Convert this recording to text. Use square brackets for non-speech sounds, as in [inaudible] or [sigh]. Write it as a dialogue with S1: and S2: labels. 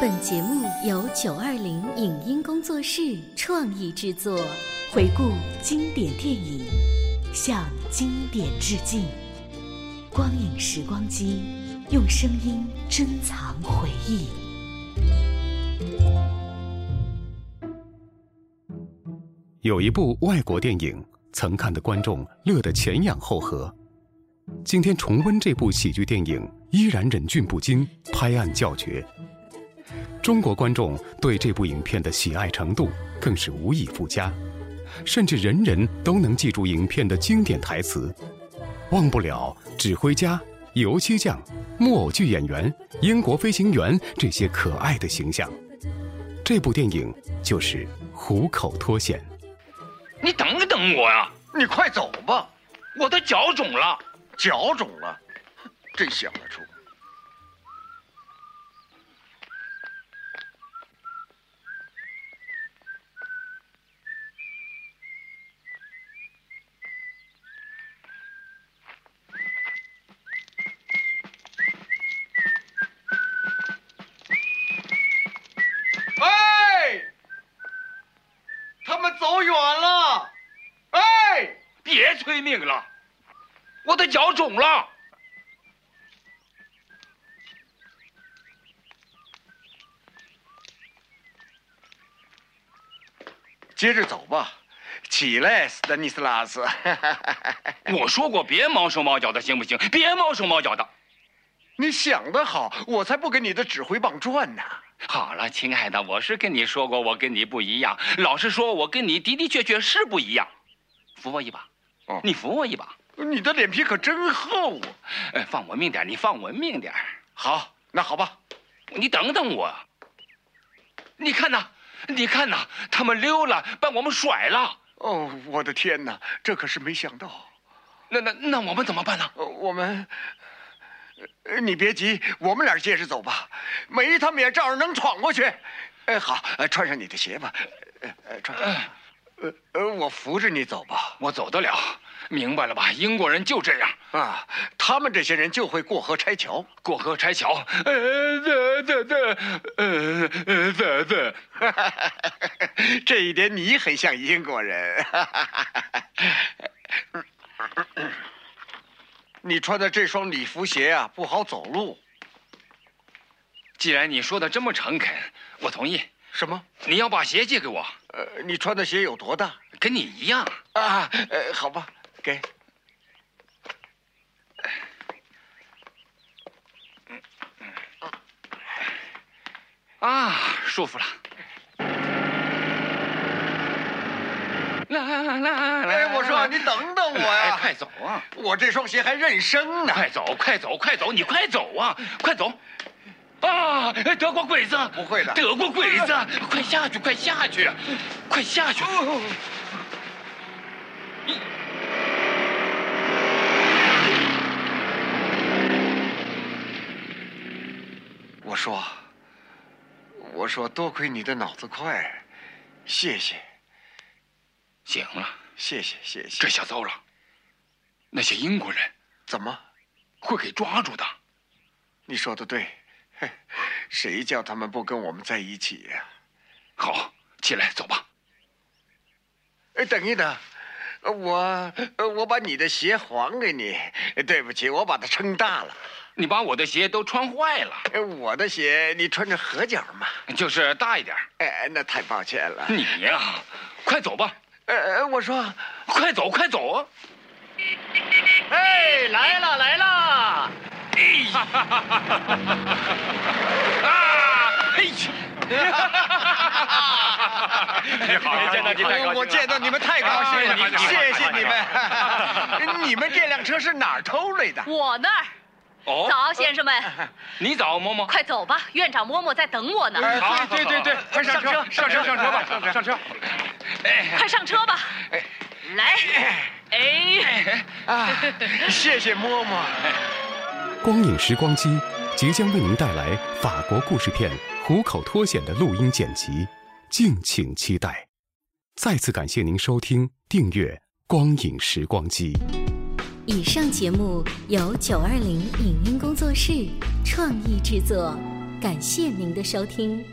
S1: 本节目由九二零影音工作室创意制作，回顾经典电影，向经典致敬。光影时光机，用声音珍藏回忆。
S2: 有一部外国电影，曾看的观众乐得前仰后合。今天重温这部喜剧电影，依然忍俊不禁，拍案叫绝。中国观众对这部影片的喜爱程度更是无以复加，甚至人人都能记住影片的经典台词，忘不了指挥家、油漆匠、木偶剧演员、英国飞行员这些可爱的形象。这部电影就是《虎口脱险》。
S3: 你等等我呀！
S4: 你快走吧，
S3: 我的脚肿了，
S4: 脚肿了，真想得出。
S3: 哎，
S4: 他们走远了，哎，
S3: 别催命了，我的脚肿了。
S4: 接着走吧。起来，斯丹尼斯拉斯。 [laughs]
S3: 我说过别毛手毛脚的，行不行？别毛手毛脚的。
S4: 你想得好，我才不给你的指挥棒转呢。
S3: 好了，亲爱的，我是跟你说过，我跟你不一样。老实说，我跟你的的确确是不一样。扶我一把，
S4: 哦
S3: 你扶我一把。
S4: 你的脸皮可真厚啊。
S3: 哎，放文明点儿，你放文明点儿。
S4: 好，那好吧。
S3: 你等等我。你看呐，你看呐，他们溜了，把我们甩了。
S4: 哦，我的天哪，这可是没想到。
S3: 那那那我们怎么办呢？
S4: 呃我们，呃你别急，我们俩接着走吧。没他们也照样能闯过去。哎，好，呃穿上你的鞋吧。呃，呃穿上。呃呃，我扶着你走吧。
S3: 我走得了，明白了吧？英国人就这样，
S4: 啊，他们这些人就会过河拆桥。
S3: 过河拆桥。呃，这这这，呃呃这这，
S4: 这一点你很像英国人。你穿的这双礼服鞋啊，不好走路。
S3: 既然你说的这么诚恳，我同意。
S4: 什么？
S3: 你要把鞋借给我，
S4: 呃，你穿的鞋有多大？
S3: 跟你一样。
S4: 啊，呃，好吧，给。
S3: 啊，舒服了。啦啦啦！
S4: 哎，我说你等等我呀
S3: 哎，！快走啊！
S4: 我这双鞋还认生呢。
S3: 快走，快走，快走！你快走啊！快走！啊，德国鬼子！
S4: 不会的
S3: 德国鬼子！快下去，快下去，快下去！
S4: 我说，我说，多亏你的脑子快，谢谢，
S3: 行了，
S4: 谢谢，谢谢。
S3: 这下糟了，那些英国人
S4: 怎么？
S3: 会给抓住的。
S4: 你说的对，嘿谁叫他们不跟我们在一起呀、
S3: 好，起来，走吧。
S4: 哎，等一等，我呃我把你的鞋还给你。对不起，我把它撑大了。
S3: 你把我的鞋都穿坏了，
S4: 哎我的鞋你穿着合脚嘛？
S3: 就是大一点儿。
S4: 哎，那太抱歉了。
S3: 你呀、快走吧，
S4: 呃，我说，
S3: 快走，快走啊！
S4: 哎，来了来了。
S3: 哎
S4: [laughs]
S3: 啊！哎呀！你好，见到你
S4: 哎呦我见到你们太高兴了，
S3: 哎你好
S4: 谢谢
S3: 你
S4: 你们。 [laughs] 你们这辆车是哪儿偷来的？
S5: 我那儿
S3: 哦，
S5: 早，先生们，
S3: 你早，嬷嬷。
S5: 快走吧，院长嬷嬷在等我呢，
S4: 哎
S3: 好，
S4: 对对对对
S3: 快上车，上车，上车吧，上车。
S5: 快上车吧。来，
S3: 哎
S5: 哎，
S4: 啊，谢谢嬷嬷。
S2: 光影时光机即将为您带来法国故事片《虎口脱险》的录音剪辑，敬请期待。再次感谢您收听、订阅光影时光机。
S1: 以上节目由九二零影音工作室创意制作，感谢您的收听。